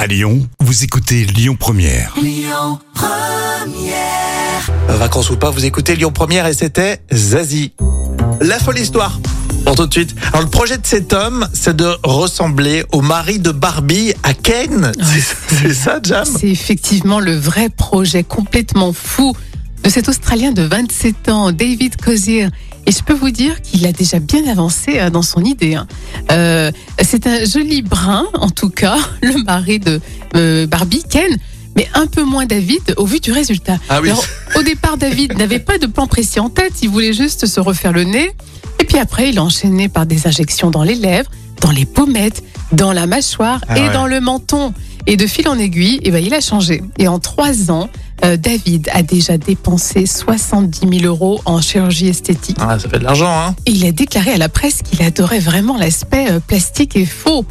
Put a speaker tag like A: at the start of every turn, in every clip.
A: À Lyon, vous écoutez Lyon Première.
B: Vacances ou pas, vous écoutez Lyon Première et c'était Zazie. La folle histoire. Pour tout de suite. Alors le projet de cet homme, c'est de ressembler au mari de Barbie à Ken. C'est- C'est ça, Jam
C: C'est effectivement le vrai projet complètement fou de cet Australien de 27 ans, David Cozier. Et je peux vous dire qu'il a déjà bien avancé euh, dans son idée. hein. Euh, c'est un joli brun, en tout cas, le mari de euh, Barbie, Ken, mais un peu moins David au vu du résultat.
B: Ah oui.
C: Alors, au départ, David n'avait pas de plan précis en tête, il voulait juste se refaire le nez. Et puis après, il a enchaîné par des injections dans les lèvres, dans les pommettes, dans la mâchoire
B: Ah
C: et
B: ouais.
C: dans le menton. Et de fil en aiguille, eh ben, il a changé. Et en trois ans, euh, David a déjà dépensé 70 000 euros en chirurgie esthétique.
B: Ah, ça fait de l'argent, hein
C: Et il a déclaré à la presse qu'il adorait vraiment l'aspect euh, plastique et faux.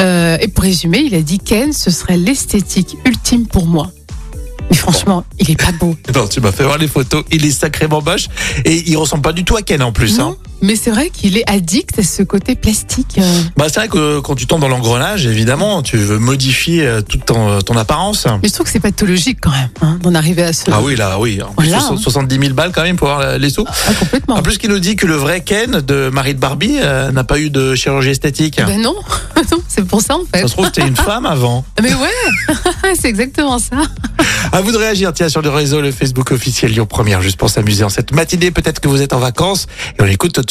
C: Euh, et pour résumer, il a dit Ken, ce serait l'esthétique ultime pour moi. Mais franchement, il est pas beau.
B: Non, Eh ben, tu m'as fait voir les photos. Il est sacrément moche et il ressemble pas du tout à Ken en plus.
C: Non,
B: hein.
C: mais c'est vrai qu'il est addict à ce côté plastique. euh.
B: Bah, c'est vrai que euh, quand tu tombes dans l'engrenage, évidemment, tu veux modifier euh, toute ton, ton apparence.
C: Mais je trouve que c'est pathologique quand même hein, d'en arriver à ce.
B: Ah oui, là, oui. En plus,
C: Voilà,
B: soix-
C: hein.
B: 70 000 balles quand même pour avoir euh, les sous.
C: Ah, complètement.
B: En plus, qui nous dit que le vrai Ken de Marie de Barbie euh, n'a pas eu de chirurgie esthétique.
C: Ben non, non, c'est pour ça en fait.
B: Ça se trouve, c'était une femme avant.
C: Mais ouais, c'est exactement ça.
B: À vous de réagir, tiens, sur le réseau, le Facebook officiel Lyon Première, juste pour s'amuser en cette matinée. Peut-être que vous êtes en vacances. Et on écoute tout de